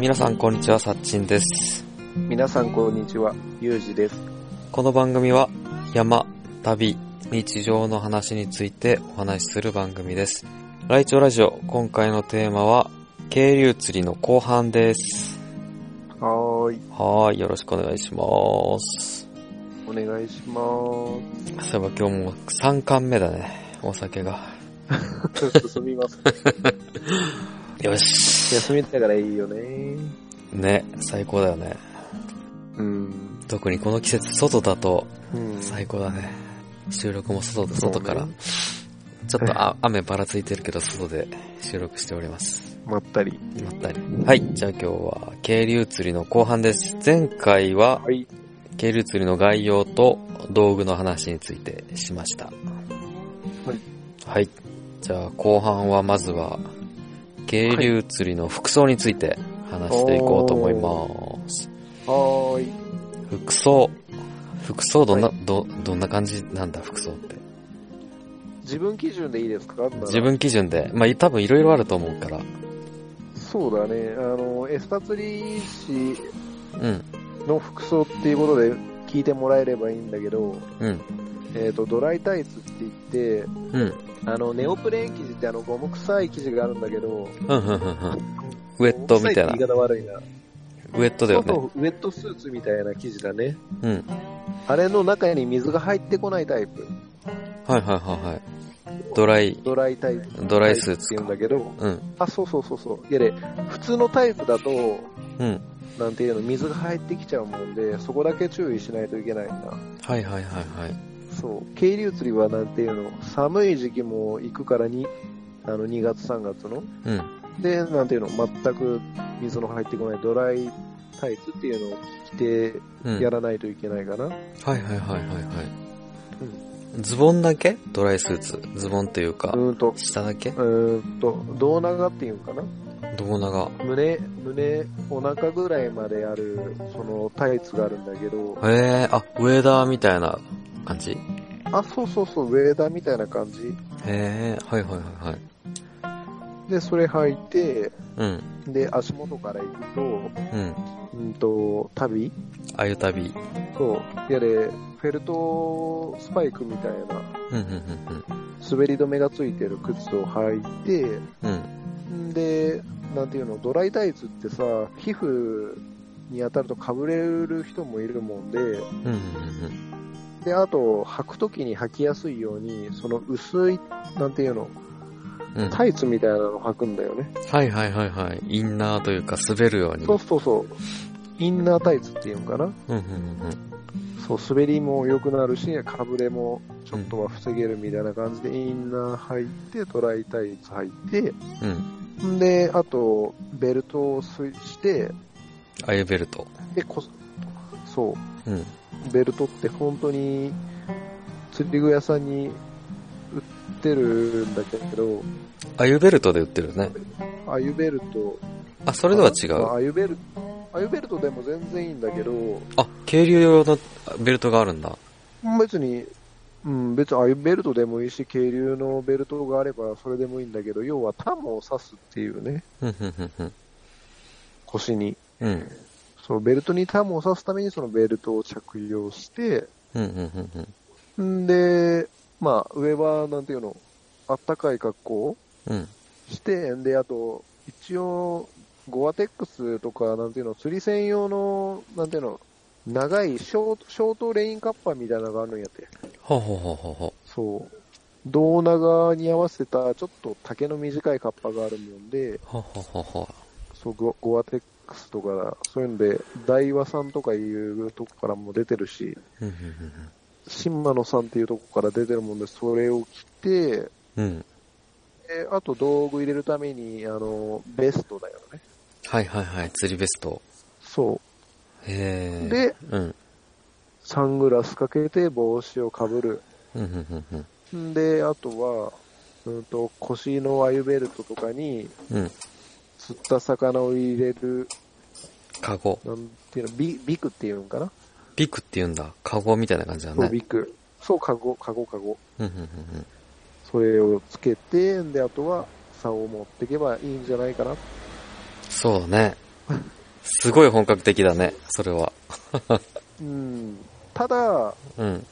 皆さんこんにちは、さっちんです。皆さんこんにちは、ゆうじです。この番組は山、旅、日常の話についてお話しする番組です。ライチョウラジオ、今回のテーマは、渓流釣りの後半です。はーい、はーい、よろしくお願いします。お願いしまそういえば今日もう3巻目だね、お酒が。ーす。進みます。よし。休みだからいいよね。ね、最高だよね。うん。特にこの季節、外だとうん最高だね。収録も外で、外から。そうねちょっとあ雨ばらついてるけど、外で収録しております。まったり。まったり。はい。じゃあ今日は、渓流釣りの後半です。前回は、はい。。渓流釣りの概要と道具の話についてしました。はいはい。じゃあ後半はまずは、渓流釣りの服装について話していこうと思います。はーい。服装。服装どんな、はど、どんな感じなんだ、服装って。自分基準でいいですか自。分基準で。まあ、多分いろいろあると思うから。そうだね。あの、エスパ釣り師うん。の服装っていうことで聞いてもらえればいいんだけど、うん。えっ、と、ドライタイツって言って、うん。あの、ネオプレーン生地ってあの、ゴム臭い生地があるんだけど、うん、うん、うん、うん。ウェットみたいなゴム臭って言い方悪いな。ウェットだよね。そうそうウェットスーツみたいな生地だね。うん。あれの中に水が入ってこないタイプ。はいはいはいはい。ドライ、ドライタイプ。ドライスーツって言うんだけど。うん、あ、そうそうそうそう。いやで、普通のタイプだと、うん。なんていうの、水が入ってきちゃうもんで、そこだけ注意しないといけないな。はいはいはいはい。そう。渓流釣りはなんていうの、寒い時期も行くからに、あの、2月3月うの。ん、で、なんていうの、全く水の入ってこないドライタイツっていうのを着うん。てやらないといけないかな。はいはいはいはいはい。ズボンだけドライスーツ。ズボンというかう、ーんと、下だけうーんと、胴長っていうのかな胴長。胸、胸、お腹ぐらいまである、そのタイツがあるんだけど、へえー、あ、ウェーダーみたいな感じへあ、そうそうそう、ウェーダーみたいな感じ。えー、はいはいはいはい。で、それ履いて、うん、で、足元から行くと、うん。うんと、旅あゆたび。そう、やれ、フェルトスパイクみたいな、うん、うん、うん、滑り止めがついてる靴を履いて、うん。うん。んで、なんていうの、ドライタイツってさ、皮膚に当たるとかぶれる人もいるもんで、うん、うん、うんで、あと、履くときに履きやすいように、その薄い、なんていうの、うん。うん。タイツみたいなの履くんだよね。はいはいはいはい。インナーというか、滑るように。そうそうそう。インナータイツっていうのかなうん、うん、うんそう、滑りも良くなるし、かぶれもちょっとは防げるみたいな感じで、インナー履いて、ドライタイツ履いうん。うん。て、んで、あと、ベルトをすして、あゆベルト。で、こ、そうん。う、ベルトって本当に、釣り具屋さんに売ってるんだけど、あゆベルトで売ってるね。あゆベルト、あ、それでは違うまあ。アユベルアユベルトでも全然いいんだけど、あ、軽量用のベルトがあるんだ。別に、うん、別にアユベルトでもいいし、渓流のベルトがあればそれでもいいんだけど、要はタモを刺すっていうね、うん、うん、うん、うん。腰に。うん。そう、ベルトにタモを刺すためにそのベルトを着用して、うん、うん、うん。んで、まあ、上は、なんていうの、あったかい格好をうん。して、で、あと、一応、ゴアテックスとか、なんていうの、釣り専用の、なんていうの、長いショート、ショートレインカッパーみたいなのがあるんやって。ほうほうほうほうほそう。胴長に合わせた、ちょっと丈の短いカッパがあるもんで、う。ほうほうほうほそう、ゴゴアテックスとか、そういうので、ダイワさんとかいうとこからも出てるし、う。うん、新間野さんっていうとこから出てるもんで、それを着て、うん、うん。であと道具入れるために、あの、ベストだよね。はいはいはい、釣りベスト。そう。へえ。で、うん。サングラスかけて帽子をかぶる。うん、うん、うん、んで、あとは、うんと、腰のアユベルトとかに、うん。うん。釣った魚を入れる、カゴ。なんていうの、ビビクっていうのかなビクって言うんだ。カゴみたいな感じだそう、ね。ビッグ。そう、カゴ、カゴ、カゴ。うんうんうんうんそれをつけて、で、あとは、竿を持っていけばいいんじゃないかな。そうだね。すごい本格的だね、それは。うん。ただ、うん。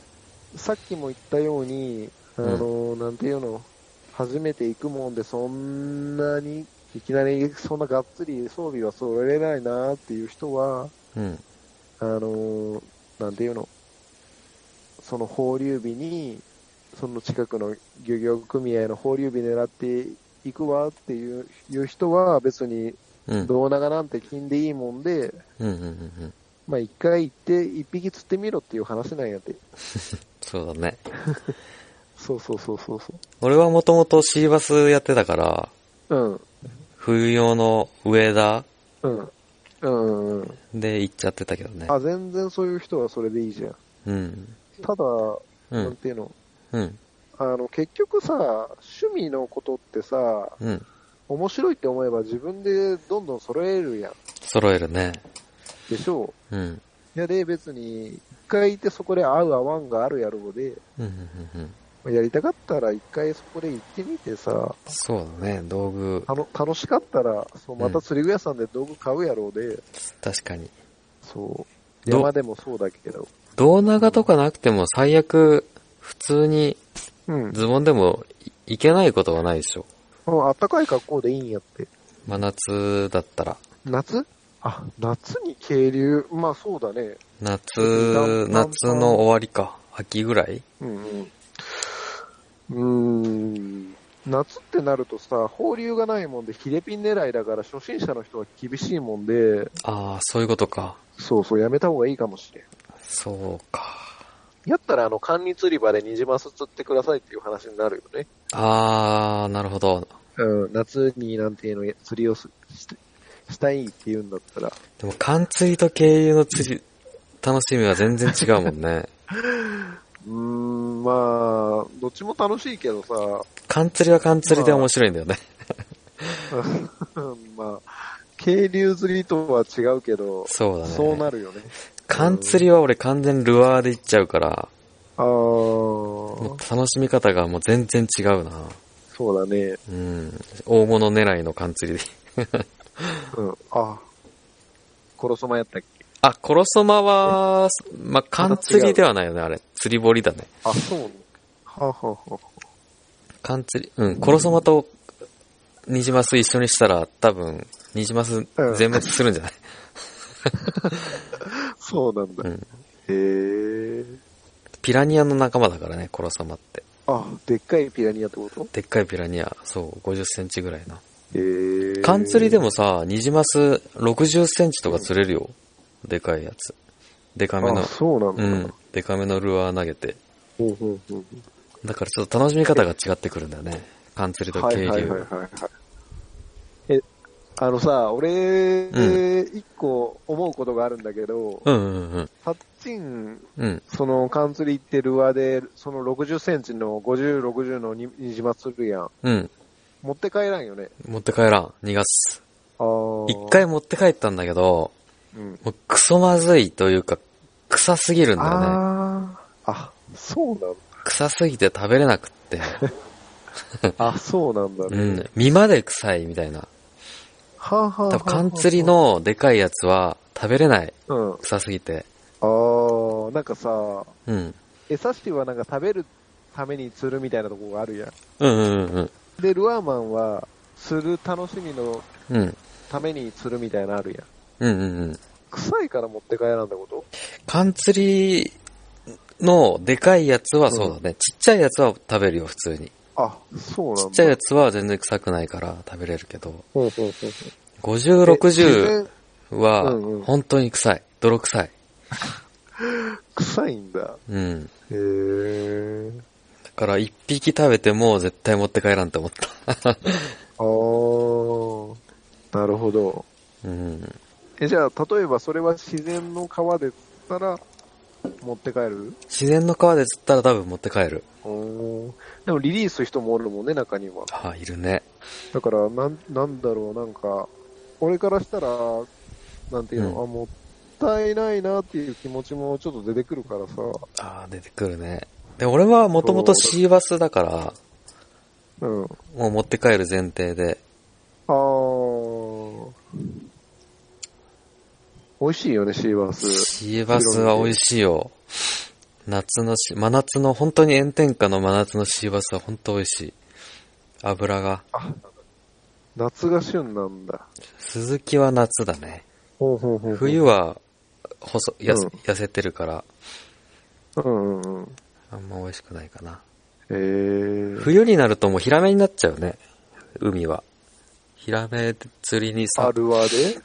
さっきも言ったように、あの、なんていうの、初めて行くもんで、そんなに、いきなりそんながっつり装備は揃えれないなっていう人は、うん。あの、なんていうの、その放流日に、その近くの漁業組合の放流日狙っていくわっていういう人は、別にうん。うん胴長なんて金でいいもんで、うんうんうん。まあ一回行って一匹釣ってみろっていう話なんやって。そうだね。そうそうそうそうそ俺はもともとシーバスやってたから、う。うん。冬用のウェーダーうん。うんうん。で行っちゃってたけどね。あ、全然そういう人はそれでいいじゃん。うん。ただ、うなんん。ていうの、うん。あの、結局さ、趣味のことってさ、うん。面白いって思えば自分でどんどん揃えるやん。揃えるね。でしょうん。う。いやで、別に、一回いてそこで合う合わんがあるやろうで、うんうんうんうん。やりたかったら一回そこで行ってみてさ、そうだね、道具、たの楽しかったら、そうまうたん釣り具屋さんで道具買うやろうで、確かに。そう。ど山でもそうだけど。胴長とかなくても最悪、普通にうん。ズボンでもいいけないことはないでしょ。もうあったかい格好でいいんやって。真夏だったら。夏あ、夏に渓流。まあそうだね。夏、夏の終わりか。秋ぐらいうんうん。うーん。夏ってなるとさ、放流がないもんで、ヒレピン狙いだから初心者の人は厳しいもんで、ああ、そういうことか。そうそう、やめた方がいいかもしれん。そうか。やったら、あの、管理釣り場でニジマス釣ってくださいっていう話になるよね。ああ、なるほど。うん、夏になんていうの、釣りをすしてしたいっていうんだったら。でも、貫通と経由の釣り、楽しみは全然違うもんね。 うーん、まあ、どっちも楽しいけどさ、貫釣りは貫釣りで面白いんだよね。まあ、渓流釣りとは違うけど、そうだね。そうなるよね。貫釣りは俺完全にルアーで行っちゃうから、ああ、もう楽しみ方がもう全然違うな。そうだね。うん。大物狙いの貫釣りで。うん。あ、コロソマやったっけ あ、コロソマは、まあ、貫釣りではないよね、あれ。釣り堀だね。あ、そうね。はあ、はあはあ、貫釣り、うん、コロソマとニジマス一緒にしたら多分、ニジマス全滅するんじゃない、 そうなんだ。うん、へえ。ピラニアの仲間だからね、コロソマって。あ、でっかいピラニアってことでっかいピラニア、そう、50センチぐらいな。へえ。缶釣りでもさ、ニジマス60センチとか釣れるよ。でかいやつ。でかめあ、の、そうなんだ。うん、でかめのルアー投げて。ほうほうほうだからちょっと楽しみ方が違ってくるんだよね。缶釣りとは渓い流。はいはいはいはい。え、あのさ、俺、う一個思うことがあるんだけど、うんうんうん。タッチン、うん。その、缶釣り行ってルアーで、その60センチの50、60のにニジマス釣るやん。うん。持って帰らんよね。持って帰らん。逃がす。ああ。一。回持って帰ったんだけど、うん。もうクソまずいというか、臭すぎるんだよね。ああ。あ、そうなん臭すぎて食べれなくって。だ。あ、そうなんだ、ね。うん。身まで臭いみたいな。はあ、はあはあは多あ分缶釣り。のでかいやつは食べれない。うん。あ臭すぎて。あ、なんかさ、うん。餌師はなんか食べるために釣るみたいなとこがあるやん。うんうんうんで、ルアーマンは、釣る楽しみのうん。うん。ために釣るみたいなのあるやん。うんうんうん。臭いから持って帰らんってこと缶釣りのでかいやつはそうだね。ちっちゃいやつは食べるよ、普通に。あ、そうなんちだ。っちゃいやつは全然臭くないから食べれるけど、ほうほうほうほう50、60えうんうはん本当に臭い。泥臭い。臭いんだ。うん。へえ。だから一匹食べても絶対持って帰らんと思った。あー。なるほど。うん。え、じゃあ、例えばそれは自然の川で釣ったら、持って帰る自然の川で釣ったら多分持って帰る。おーでもリリース人もおるもんね、中には。ああ、いるね。だから、なん、なんだろう、なんか、俺からしたら、なんていうの、うんあ、もう、ったいないなっていう気持ちもちょっと出てくるからさ。ああ、出てくるね。で、俺はもともとシーバスだから、うん。あもう持って帰る前提で。ー。美味しいよね、シーバス。シーバスは美味しいよ。夏のし、真夏の、本当に炎天下の真夏のシーバスは本当美味しい。油が。夏が旬なんだ。鈴木は夏だね。ほうほうほう冬は、細、やせ、うん痩せてるから、うんうんうん。あんま美味しくないかな。えー。冬になるともうヒラメになっちゃうね。海は。ヒラメ釣りにアさ、ルワで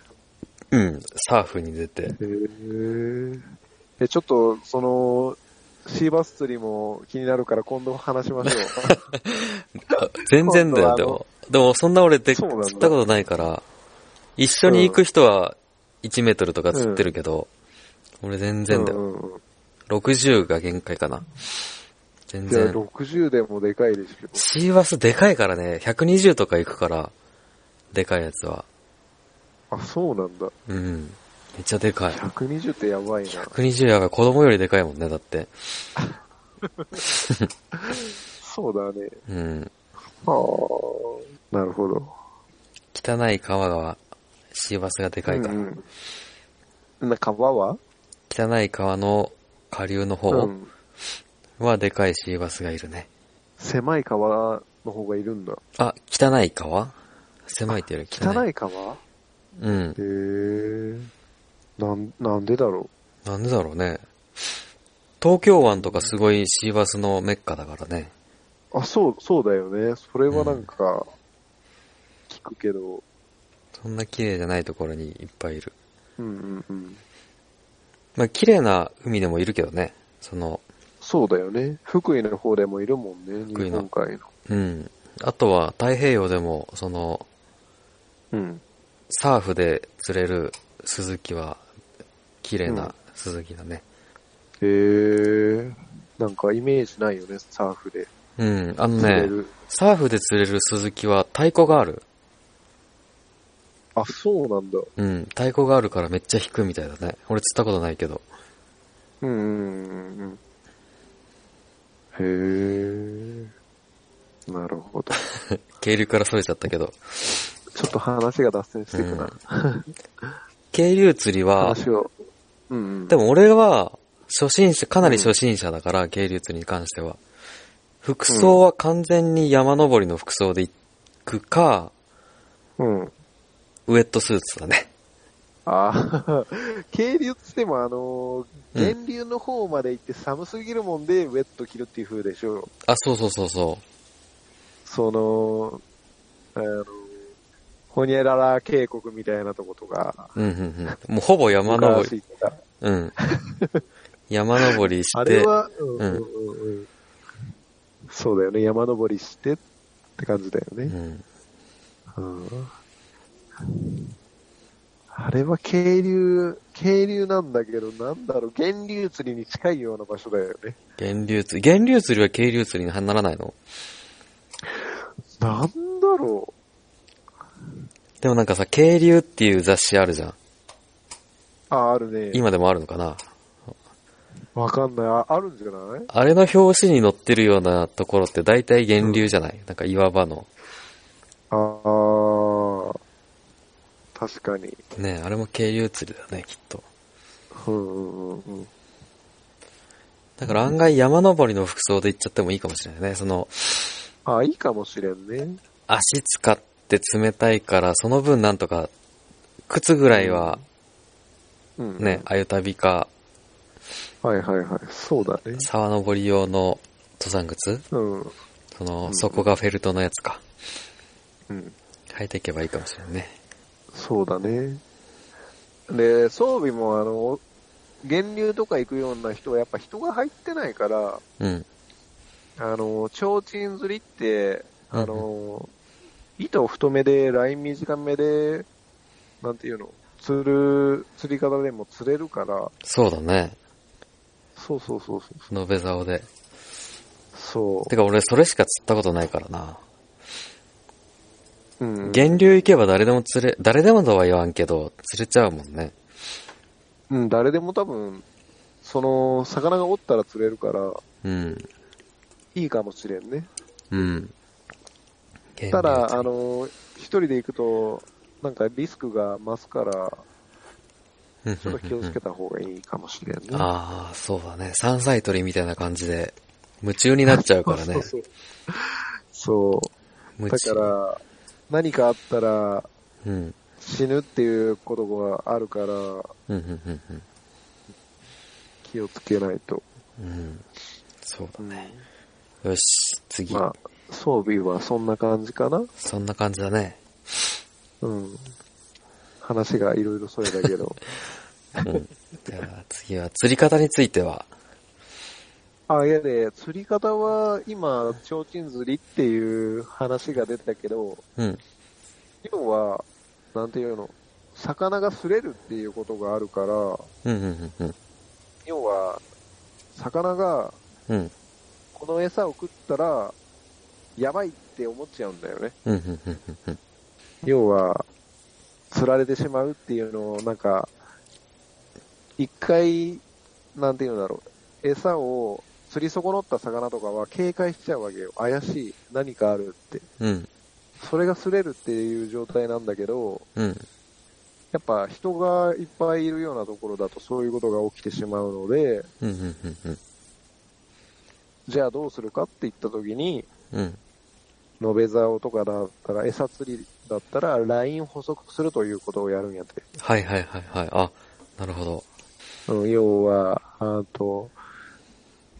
うん、サーフに出て。えー。え、ちょっと、その、シーバス釣りも気になるから今度話しましょう。あ全然だよ、今で度はも。でもそんな俺でそ釣うなんだったことないから、一緒に行く人は1メートルとか釣ってるけど、俺 全然だうよ。んうんうん60が限界かな。全じゃあ然。 60でもでかいですけど。シーバスでかいからね、120とか行くから、でかいやつは。あ、そうなんだ。うん。めっちゃでかい。 120ってやばいな。 120やが子供よりでかいもんね、だって。そうだね。うん。はあ。なるほど。汚い川が、シーバスがでかいから。うんうん、な川は汚い川の下流のう方ん。はでかいシーバスがいるね。狭い川の方がいるんだ。あ、汚い川狭いっていうより汚い。汚い川へうんえ。なん、なんでだろなんでだろうね。東京湾とかすごいシーバスのメッカだからね。う。あ、そう、そうだよね。それはなんか、聞くけど、そんな綺麗じゃないところにいっぱいいる。うんうんうん。まあ、綺麗な海でもいるけどね。その、そうだよね。福井の方でもいるもんね、福井日の本海の。うん。あとは太平洋でも、その、うん。サーフで釣れるスズキは、綺麗なスズキだね。へえ。なんかイメージないよね、サーフで。うん、あの釣れね、る。サーフで釣れるスズキは太鼓がある。あ、そうなんだ。うん、太鼓があるからめっちゃ引くみたいだね。俺釣ったことないけど。うんうんうんうん。へえ。なる ほど。渓流から逸れちゃったけど。ちょっと話が脱線していくな。渓流釣りは、話を。うんうん。でも俺は、初心者、かなり初心者だから、渓流釣りに関しては。服装は完全に山登りの服装で行くか、うん。ウェットスーツだね。ああ、 渓流っつっても、あのうー、ん源流の方まで行って寒すぎるもんで、ウェット着るっていう風でしょう。あ、そうそうそうそその、あの、ホニャララ渓谷みたいなとことか、う。うんうんうん。もうほぼ山登り。昔行ったうん。山登りあしれて、は、うんうんうんうん、そうだよね、山登りしてって感じだようね。ん。うんあれは渓流、渓流なんだけど、なんだろう、源流釣りに近いような場所だよね。源流釣り。源流釣りは渓流釣りにならないのなんだろう。でもなんかさ、渓流っていう雑誌あるじゃん。あ、あるね。今でもあるのかなわかんない。ああるんじゃないあれの表紙に載ってるようなところって大体源流じゃない、なんか岩場の。ああ、確かに。ねあれも渓流釣りだよね、きっと。うんうんうんうん。だから案外山登りの服装で行っちゃってもいいかもしれないね。その、あ、いいかもしれんね。足使って冷たいから、その分なんとか、靴ぐらいはうん。ね、あゆ旅か、はいはいはい。そうだね。沢登り用の登山靴うん。その、うん底がフェルトのやつか。うん。履いていけばいいかもしれないね。そうだね。で、装備もあの、源流とか行くような人はやっぱ人が入ってないから、うん。あの、提灯釣りって、うんあの、糸太めで、ライン短めで、なんていうの、釣る、釣り方でも釣れるから、そうだね。そうそうそうそう。延べ竿で。そてか俺それしか釣ったことないからな。う。うん。源流行けば誰でも釣れ、誰でもとは言わんけど、釣れちゃうもんね。うん、誰でも多分、その、魚がおったら釣れるから、うん。いいかもしれんね。うん。ただ、あ、の、一人で行くと、なんかリスクが増すから、ちちょっと気をつけた方がいいかもしれんね。 ああ、そうだね。山菜採りみたいな感じで、夢中になっちゃうからね。そうそうそう。夢だ中から、何かあったらうん。死ぬっていうことがあるから、うん、うん、うん、うん。気をつけないと。うん。そううんだ。よし、次。まあ、装備はそんな感じかな。そんな感じだね。うん。話がいろいろそれだけど。うん。では、次は、釣り方については。あ、いやで、釣り方は今、提灯釣りっていう話が出てたけど、うん。要は、なんていうの、魚が擦れるっていうことがあるから、うん、うん、うん、うん。要は、魚がうん、この餌を食ったら、やばいって思っちゃうんだよね。うん、うん、うん、うんうん。要は、釣られてしまうっていうのを、なんか、一回、なんていうんだろう、餌を釣り損なった魚とかは警戒しちゃうわけよ。怪しい、何かあるって。うん、それが擦れるっていう状態なんだけど、うん、やっぱ人がいっぱいいるようなところだとそういうことが起きてしまうので、うん、うん、うん、うんじゃあどうするかって言った時に、うん。延べ竿とかだったら、餌釣りだったら、ライン補足するということをやるんやって。はい、はい、はい、はい。あ、なるほど。うん、要は、あと、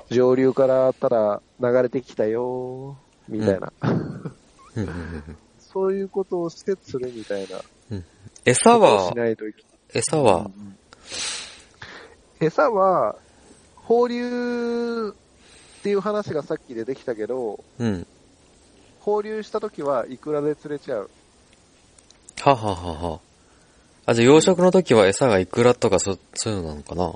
上流からただ流れてきたよ、みたいな。うん、うん、うんうん。そういうことをして釣るみたいな。餌ことをはし、ないといけ餌は、餌は、放流っていう話がさっき出てきたけど、うん。放流した時はいくらで釣れちゃう。はははは。あ、じゃあ養殖の時は餌がいくらとかそ、そういうのなのかな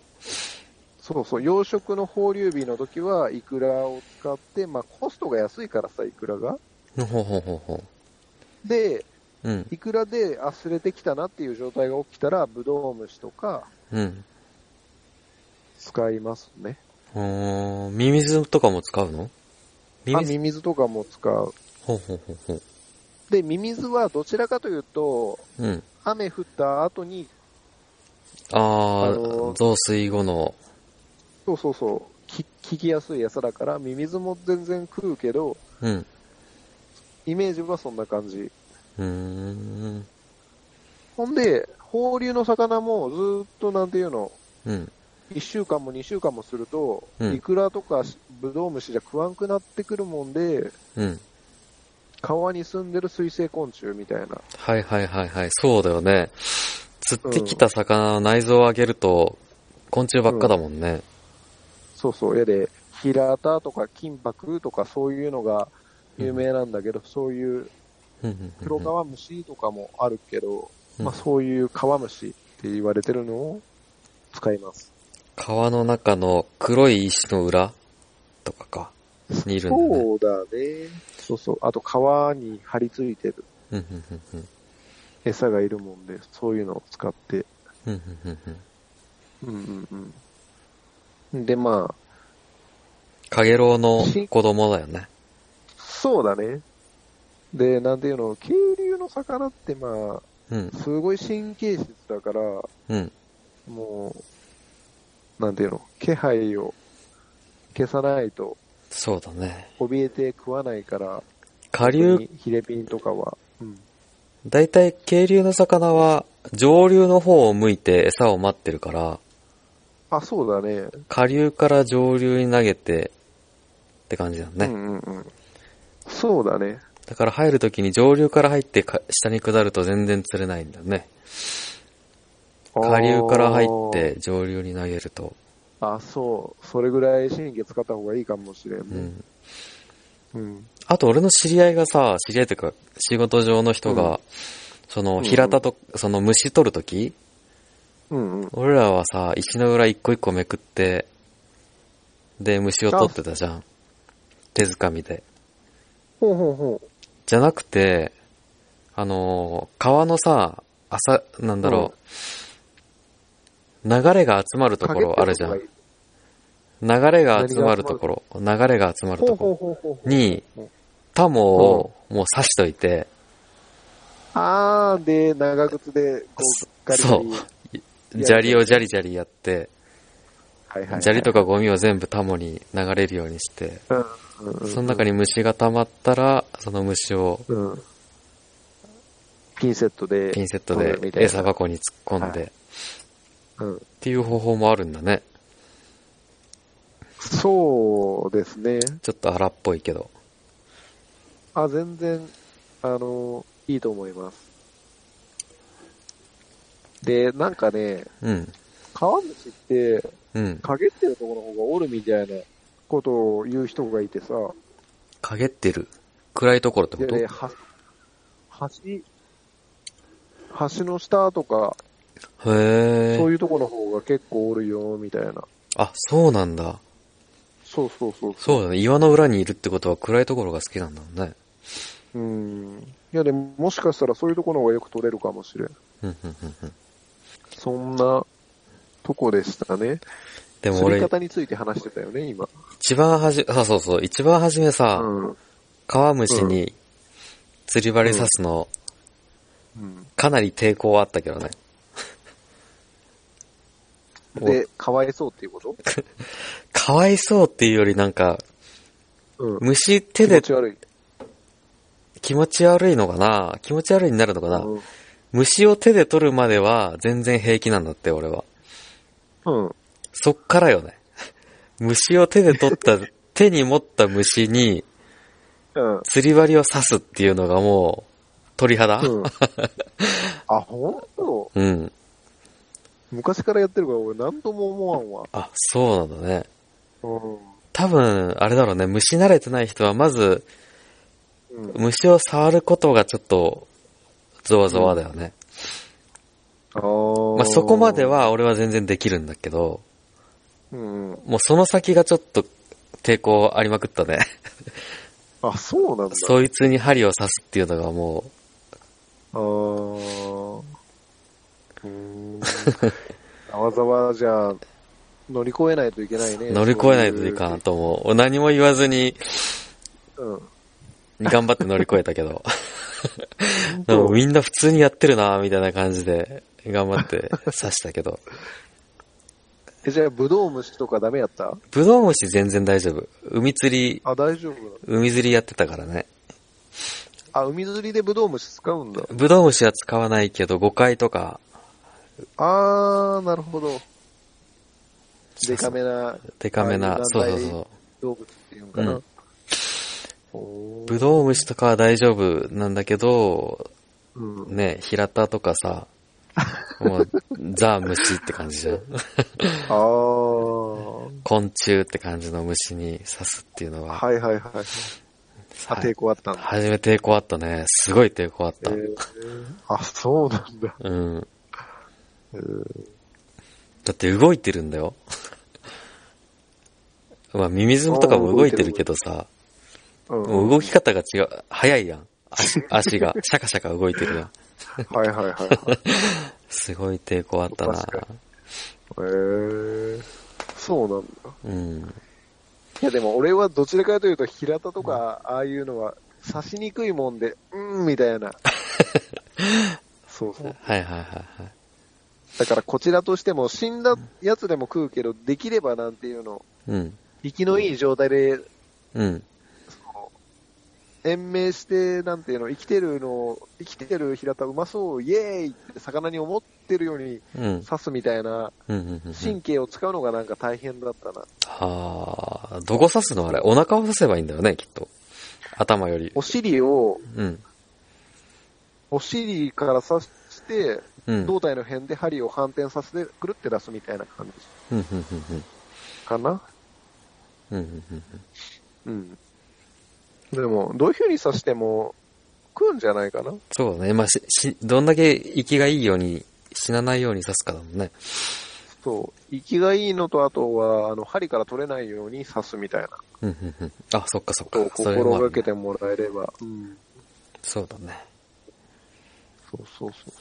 そうそう、養殖の放流日の時はイクラを使って、まあコストが安いからさ、イクラが。ほうほうほうほで、う。うん。いくらで、あ、すれてきたなっていう状態が起きたら、ブドウ虫とかうん。使いますね。うーん。ミミズとかも使うのミあ、ミズミミズとかも使う。ほうほうほうほう。で、ミミズはどちらかというと、うん。雨降った後に、あー、あのー増水後の、そうそうそう、き効きやすい餌だから、ミミズも全然食うけど、うん。イメージはそんな感じ。うーん。ほんで、放流の魚もずーっとなんていうの、うん。 1週間も2週間もすると、うんイクラとかしブドウ虫じゃ食わんくなってくるもんで、うん。川に住んでる水生昆虫みたいな。はいはいはいはい。そうだよね。釣ってきた魚の内臓をあげると、昆虫ばっかだもんね。そうそう、やで、ヒラタとか金箔とかそういうのが有名なんだけど、そういううんうんうんうん。黒カワムシとかもあるけど、うんまあそういうカワムシって言われてるのを使います。川の中の黒い石の裏とかか。にいるんだね。そうだね。そうそう。あと川に張り付いてるうんうんうんうん餌がいるもんで、そういうのを使って。うんうんうんうんうんうんうん。で、まあ、かげろうの子供だよね。そうだね。で、なんていうの、渓流の魚ってまうんあ、、すごい神経質だから、うん、もう、なんていうの、気配を消さないと、そうだね。怯えて食わないから、下流、ヒレピンとかは、うん、だいたい渓流の魚は上流の方を向いて餌を待ってるから、あ、そうだね。下流から上流に投げてって感じだようね。んうんうん。そうだね。だから入るときに上流から入ってか下に下ると全然釣れないんだよね。あー下流から入っ。て上流に投げると。あ、そう。それぐらい神経使った方がいいかもしれんうね。ん。うん。あと俺の知り合いがさ、知り合いというか仕事上の人が、うそうのん平田と、その虫取るとき、うんうん。俺らはさ、石の裏一個一個めくって、で、虫を取ってたじゃん。手づかみで。ほうほうほう。じゃなくて、あのー川のさ、朝、なんだろう、流れが集まるところあるじゃん。流れが集まるところ、流れが集まるほうとほうこほうほうろほう。に、タモをもう刺しといて、あー、で、長靴で、こ、そうガリガリ。そういや砂利をジャリジャリやって、はいはいはい砂利とかゴミを全部タモに流れるようにして、うんうんうんその中に虫が溜まったら、その虫をうん。ピンセットで。ピンセットそうみでたいな餌箱に突っ込んで、はっうん。ていう方法もあるんだね。そうですね。ちょっと荒っぽいけど。あ、全然、あの、いいと思います。で、なんかね、うん。川虫って、うん。陰ってるところの方がおるみたいなことを言う人がいてさ、陰ってる。暗いところってこでとね、は、橋、橋の下とか、へそうえ。いうところの方が結構おるよ、みたいな。あ、そうなんだ。そうそうそう。そうだね。岩の裏にいるってことは暗いところが好きなんだろうね。うん。いや、でも、もしかしたらそういうところの方がよく取れるかもしれん。うんうんうんうん。そんな、とこでしたね。でも釣り俺、方について話してたよね、今。一番はじ、あ、そうそう、一番初めさ、うん。川虫に釣り針刺すの、うん。かなり抵抗はあったけどね。で、かわいそうっていうことかわいそうっていうよりなんか、うん。虫気手持でち悪い。気持ち悪いのかな気持ち悪いになるのかな、うん虫を手で取るまでは全然平気なんだって、俺は。うん。そっからよね。虫を手で取 った、手に持った虫にうん。釣り針を刺すっていうのがもう鳥肌、うん。あ、ほんとうん。昔からやってるから俺何とも思わあ、そうなんだね。んわ。多分、あれだろうね、虫慣れてない人はまず、うん。うん。虫を触ることがちょっと、ゾワゾワだよね。あーまあ、そこまで、は俺は全然できるんだけど、うん。もうその先がちょっと抵抗ありまくったね。あ、そうなんだ。そいつに針を刺すっていうのがもあー。うーん。ざわざわじゃあ、乗り越えないといけないね。う乗り越えないといかんと思う。何も言わずにそういう。うん。頑張って乗り越えたけど。でそもうみんな普通にやってるなみたいな感じで頑張って刺したけど。え、じゃあ、ブドウ虫とかダメやったブドウ虫全然大丈夫。海釣り、あ、大丈夫なの海釣りやってたからね。あ、海釣りでブドウ虫使うんだ。ブドウ虫は使わないけど、5回とか、あー、なるほど。デカめなデカめあな、のそうそうそう。動物っていうのかな。うんおーブドウ虫とかは大丈夫なんだけど、うんね、平田とか さ、もう、ザ虫って感じじゃん。あー。昆虫って感じの虫に刺すっていうのは、はいはいはい。あ、はい抵抗あったんだ。初め抵抗あったね。すごい抵抗あっえた。ーあ、そうなんだ。うん。えーだって動いてるんだよ。 まあ、ミミズとかも動いてるけどさ、うもん。う動き方が違う。早いやん。 足、足が、シャカシャカ動いてるやん。はいはいはいはい。すごい抵抗あったな。確かえー、そうなんだ。うん。いやでも俺はどちらかというと平田とかああいうのは刺しにくいもんで、うーんみた いな。そうそう。はいはいはいはい。だからこちらとしても死んだやつでも食うけど、できればなんていうの、うん。生きのいい状態でうん。延命して、なんていうの、生きてるの、生きてる平田うまそう、イエーイって魚に思ってるようにうん。刺すみたいな、うんうんうんうん。神経を使うのがなんか大変だったな。はあ、どこ刺すのあれ。お腹を刺せばいいんだよね、きっと。頭より。お尻を、うん。お尻から刺して、うん。胴体の辺で針を反転させてくるって出すみたいな感じうん、うん、うん、うん。かな。うん、うん、うん。うん。でも、どういう風に刺しても食うんじゃないかな。そうだね。まあ、し、し、どんだけ息がいいように、死なないように刺すかだもんね。そう。息がいいのと、あとは、あの、針から取れないように刺すみたいなうん、うん、うん。あ、そっかそっことをか。それ心もあがるけね。てもらえれば。うん。そうだね。そうそうそう。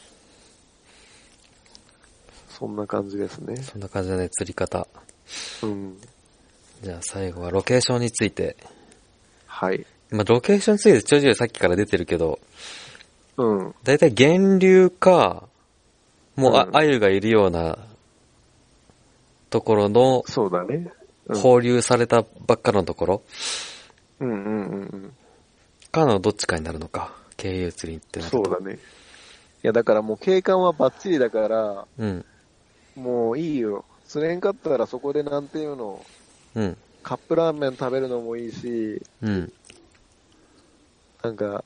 そんな感じですね。そんな感じだね、釣り方。うん。じゃあ最後はロケーションについて。はい。まあ、ロケーションについてちょいちょいさっきから出てるけど、うん。だいたい源流か、もうあ、うん鮎がいるようなところのそうだね。うん放流されたばっかのところうんうんうんうん。かのどっちかになるのか。経由釣りってなるそとうだ。ね。いや、だからもう景観はバッチリだから、うん。もういいよ。釣れんかったらそこでなんていうの、うん。カップラーメン食べるのもいいし、うん。なんか、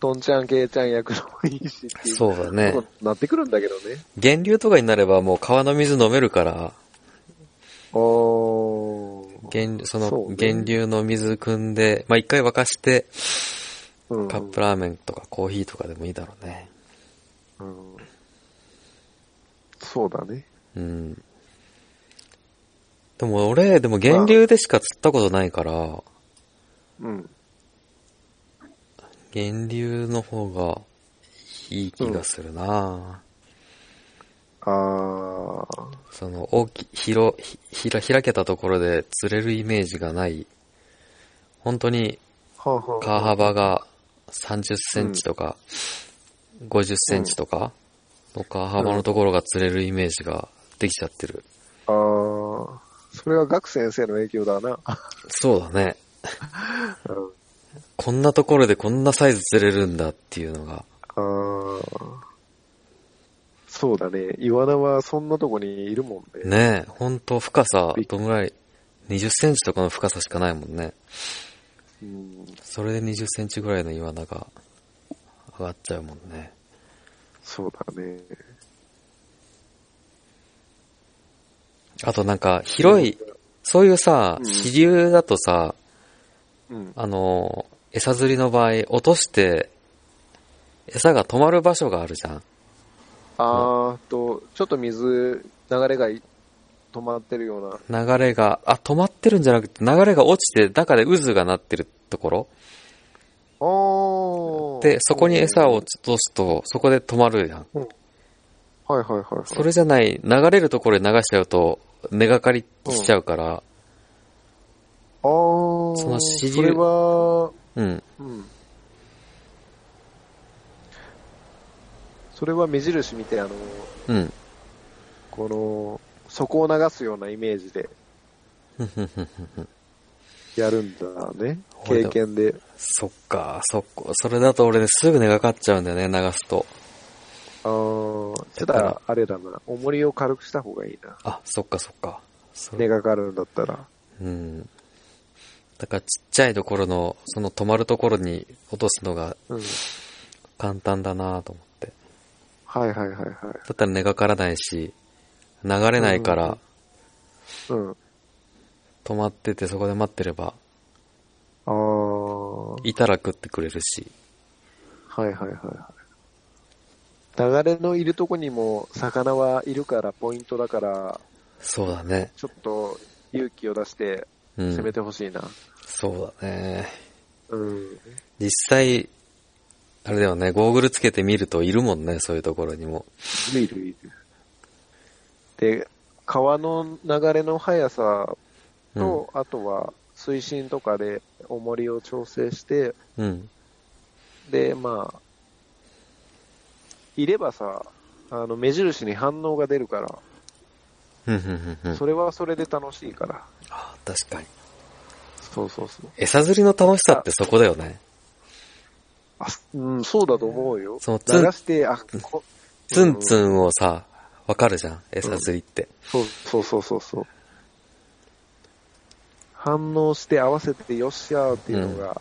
どんちゃんけいちゃん焼くのもいいしっていう。そうだね。なってくるんだけどね。源流とかになればもう川の水飲めるから、おー。源そのそうね源流の水汲んで、まあ、一回沸かして、うんカップラーメンとかコーヒーとかでもいいだろうね。うんそうだね。うん。でも俺、でも源流でしか釣ったことないから、うん。源流の方がいい気がするな、あー。その、大き、広、ひ、ひら、開けたところで釣れるイメージがない。本当に、はあはあ川幅が30センチとか、50センチとかの川幅のところが釣れるイメージができちゃってる。あー。それは学先生の影響だな。そうだね。うん こんなところでこんなサイズ釣れるんだっていうのが。あー。そうだね。イワナはそんなとこにいるもんね。ねえ、ほんと深さびっ、どんぐらい ?20 センチとかの深さしかないもんね。うん。それで20センチぐらいのイワナが上がっちゃうもんね。そうだね。あとなんか広い、そういうさ、うん支流だとさ、うん。あの、餌釣りの場合、落として、餌が止まる場所があるじゃん。あーと、ちょっと水、流れがい止まってるような。流れが、あ、止まってるんじゃなくて、流れが落ちて中で渦がなってるところ。おー。で、そこに餌を落とすと、そこで止まるじゃん。はいはいはい、はい。それじゃない、流れるところで流しちゃうと、根がかりしちゃうから、あー。その支流それは、うん。うん。それは目印見て、あの、うん。この、底を流すようなイメージでふんふんふんふんふんやるんだ ね。ほい経だ験で。そっか、そっか。それだと俺ね、すぐ根がかっちゃうんだよね、流すと。あー、だかたらだ、あれだな。重りを軽くした方がいいな。あ、そっかそっか。それ根がかかるんだったら。うん。だからちっちゃいところの、その止まるところに落とすのがうん。簡単だなと思って。はいはいはいはい。だったら根がからないし、流れないかうんうんらうん。止まっててそこで待ってれば、あー。いたら食ってくれるし。はいはいはいはい。流れのいるとこにも魚はいるからポイントだから、そうだね。ちょっと勇気を出してう攻めん。てほしいな。そうだね。うん。実際、あれだよね、ゴーグルつけてみるといるもんね、そういうところにも。いるいる。で、川の流れの速さうんと、。あとは水深とかで重りを調整して、うん。で、まあ、いればさ、あの、目印に反応が出るから、うん、うん、うん。それはそれで楽しいから。あー確かに。そうそうそう。餌釣りの楽しさってそこだよね。あ、うん、そうだと思うよ。その流ツンして、あ、こツンツンをさ、わかるじゃん、餌釣りって。そうそうそうそうそう。反応して合わせてよっしゃーっていうのが、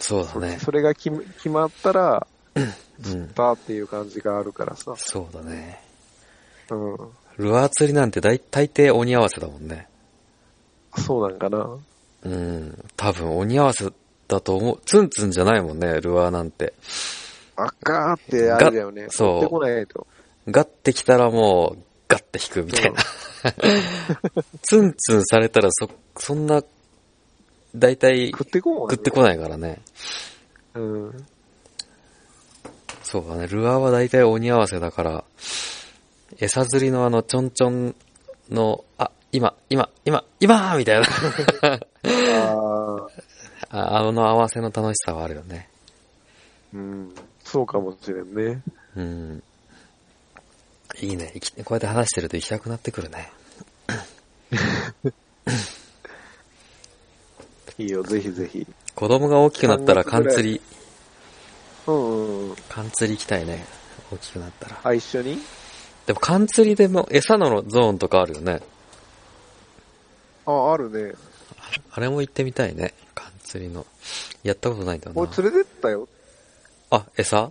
そうだねそ。それが決め決まったら、うん。だっていう感じがあるからさ。そうだね。うん。ルアー釣りなんて大大抵鬼合わせだもんね。そうなんかな。うん。多分鬼合わせだと思う。ツンツンじゃないもんね、ルアーなんて。あっかーってあれだよね。そう追ってこないと。ガッてきたらもう、ガッて引くみたいな。 ツンツンされたらそ、そんな、大体食ってこんもん、食ってこないからね。ない。うん。そうだね。ルアーは大体鬼合わせだから、餌釣りのあの、ちょんちょんの、あ、今、今、今、今みた いな。ああ、ああの合わせの楽しさはあるよね。うん、そうかもしれんね。うん。いいね。生きこうやって話してると行きたくなってくるね。いいよ、ぜひぜひ。子供が大きくなったら缶半額ぐらい釣り、うん、うん。缶釣り行きたいね。大きくなったら。あ、一緒にでも缶釣りでも餌のゾーンとかあるよね。あ、あるね。あれも行ってみたいね。缶釣りの。やったことないんだよな俺。連れてったよ。あ、餌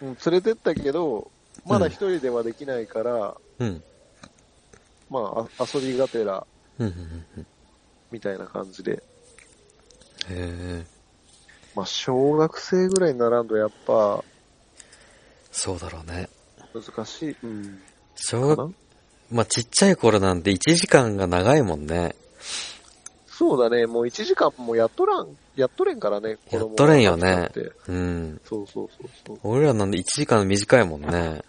うん、連れてったけど、まだ一人ではできないから、うん。まあ、あ遊びがてら、うん、うん、うんうん。みたいな感じで。へえ。まあ、小学生ぐらいにならんとやっぱ、そうだろうね。難しい。うん。小か学なまあ、ちっちゃい頃なんて1時間が長いもんね。そうだね、もう1時間もやっとらん、やっとれんからね、子供やっとれんよねが立ってうん。そうそうそう俺らなんで1時間短いもんね。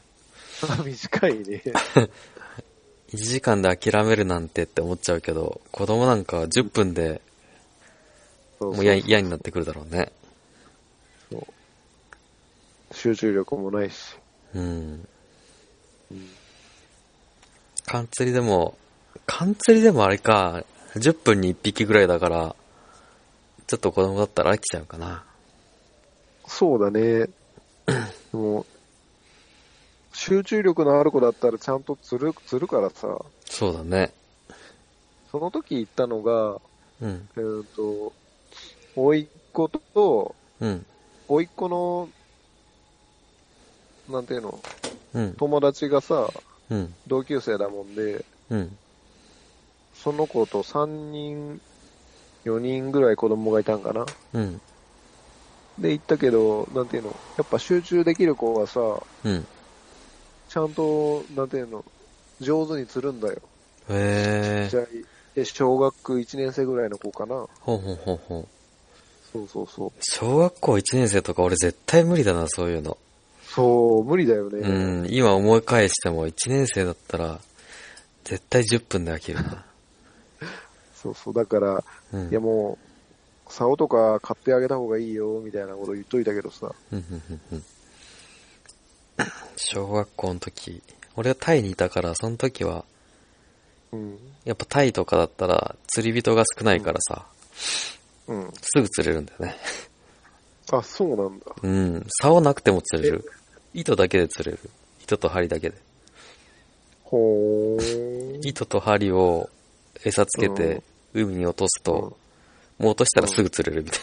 そう。 あ短い ね。 1時間で諦めるなんてって思っちゃうけど、子供なんか10分でそもうや嫌になってくるだろうね。そう集中力もないし。うん。うん缶釣りでも、缶釣りでもあれか、10分に1匹ぐらいだから、ちょっと子供だったら飽きちゃうかな。そうだ ね。でも、集中力のある子だったらちゃんと釣る、釣るからさ、そうだね。その時行ったのが、うん。えっ、と、甥いっ子と、うん。甥いっ子の、なんていうの、うん。友達がさ、うん。同級生だもんで、うん。その子と3人、4人ぐらい子供がいたんかな。うん。で、行ったけど、なんていうの、やっぱ集中できる子はさ、うん。ちゃんと、なんていうの、上手に釣るんだよ。へじえ。ゃあ、え小学1年生ぐらいの子かな。ほうほうほうほう。そうそうそう。小学校1年生とか俺絶対無理だな、そういうの。そう、無理だよね。うん、今思い返しても1年生だったら、絶対10分で飽きる な。そうそう、だから、うん。いやもう、竿とか買ってあげた方がいいよ、みたいなこと言っといたけどさ。うんうんうんうん小学校の時、俺はタイにいたから、その時は、うん。やっぱタイとかだったら釣り人が少ないからさ、うん。すぐ釣れるんだよね。あ、そうなんだ。うん、竿なくても釣れる。糸だけで釣れる。糸と針だけで。ほー。糸と針を餌つけて海に落とすと、もう落としたらすぐ釣れるみたい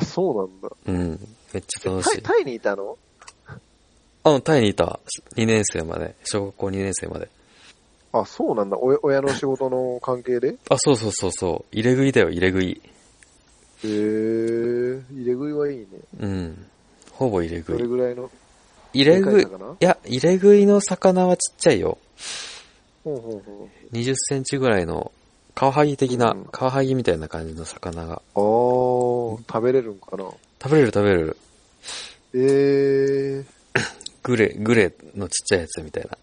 あ、そうなんだ。な。うん、めっちゃ楽タしイ、い。タイにいたのあ、タイにいた。2年生まで。小学校2年生まで。あ、そうなんだ。おや親の仕事の関係でへあ、そうそうそうそう。入れ食いだよ、入れ食い。えー、入れ食いはいいね。うん。ほぼ入れど食れい。ぐらいの入れ食い、でいかい魚や、入れ食いの魚はちっちゃいよ。ほうほうほう。 20センチぐらいの、カワハギ的なうん、カワハギみたいな感じの魚が。あー、食べれるんかな食べれる食べれる。えー、グレ、グレのちっちゃいやつみたいな。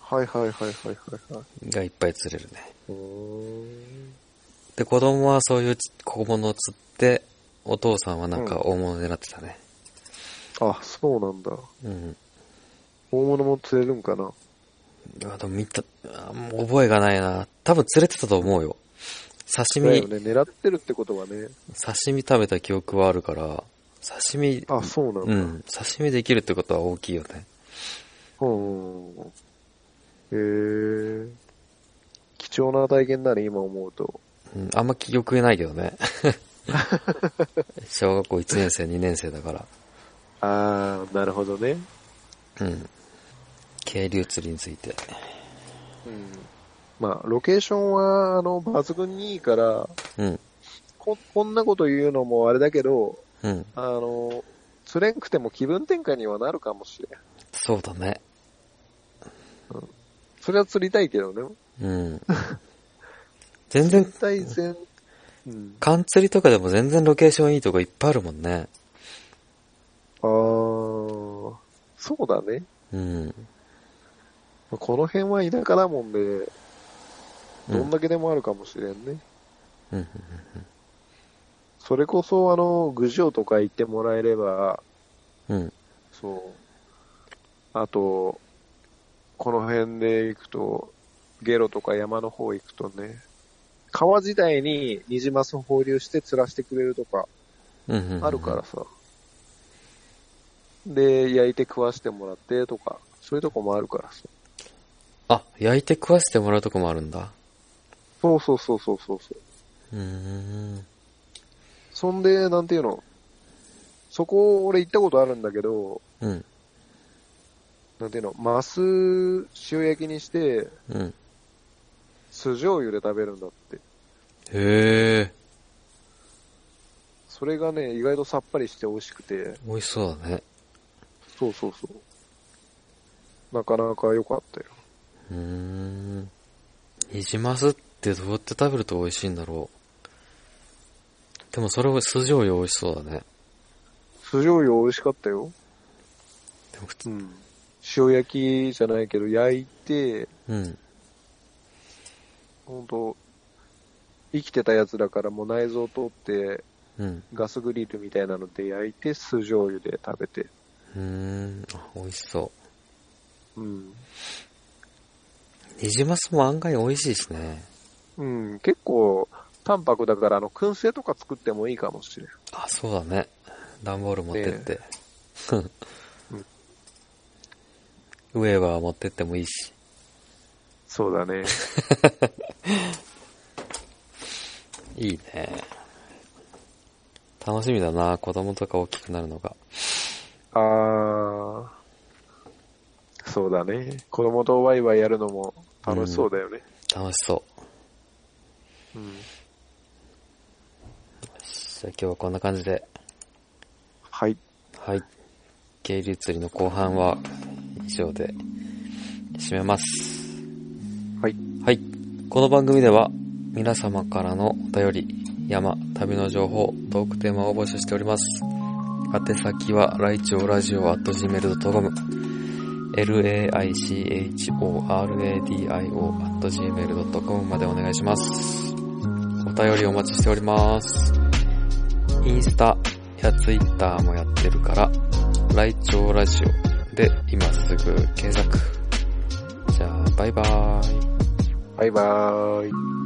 はいはいはいはいはいはい。がいっぱい釣れるね。うーん。で、子供はそういうち小物を釣って、お父さんはなんか大物狙ってたね。あ、そうなんだ。うん。大物も釣れるんかなあと見た、あもう覚えがないな。多分釣れてたと思うよ。刺だよ身、ね。狙ってるってことはね。刺身食べた記憶はあるから、刺身、あ、そうなんだ。うん、刺身できるってことは大きいよね。うん。へえー。貴重な体験だね、今思うと。うん、あんま記憶ないけど ね。小学校1年生、2年生だから。あー、なるほどね。うん。渓流釣りについて。うん。まあ、ロケーションは、あの、抜群にいいから、うん、こ、こんなこと言うのもあれだけど、うん。あの、釣れんくても気分転換にはなるかもしれん。そうだね。それは釣りたいけどね。 うん。全然、絶対全、うん。缶釣りとかでも全然ロケーションいいとこいっぱいあるもんね。あー、そうだね。うん。まあこの辺は田舎だもんで、うんどんだけでもあるかもしれんね。うんうんうんそれこそ、あの、郡上とか行ってもらえれば、うん。そう。あと、この辺で行くと、ゲロとか山の方行くとね、川自体にニジマス放流して釣らしてくれるとかうんうんうん。あるからさ。で、焼いて食わしてもらってとか、そういうとこもあるからさ。あ、焼いて食わせてもらうとこもあるんだ。そうそうそうそうそうそうう。ーん。そんで、なんていうの、そこ俺行ったことあるんだけど、うん。なんていうの、マス塩焼きにして、うん。酢醤油で食べるんだって。へえ、それがね、意外とさっぱりして美味しくて、美味しそうだね。そうそうそう。なかなか良かったよ。うーん。ニジマスってどうやって食べると美味しいんだろう。でもそれを酢醤油美味しそうだね。酢醤油美味しかったよ。でも普通、うん。塩焼きじゃないけど、焼いて、うん。ほんと、生きてたやつだからもう内臓取って、うん。ガスグリルみたいなので焼いて、酢醤油で食べて。うーん。あ、美味しそうん。う。ニジマスも案外美味しいしね。うん、結構、淡白だから、あの、燻製とか作ってもいいかもしれん。あ、そうだね。段ボール持ってって。ウェーバー持ってってもいいし。そうだね。いいね。楽しみだな、子供とか大きくなるのが。あー、そうだね。子供とワイワイやるのも楽しそうだよね。楽しそう。うん。じゃあ今日はこんな感じで。はい。はい。渓流釣りの後半は以上で締めます。はい。はい。この番組では皆様からのお便り、山、旅の情報、トークテーマを募集しております。宛先は、ライチョウラジオ at gmail.com、laichoradio at gmail.com までお願いします。お便りお待ちしております。インスタやツイッターもやってるから、ライチョウラジオで今すぐ検索。じゃあ、バイバーイ。バイバーイ。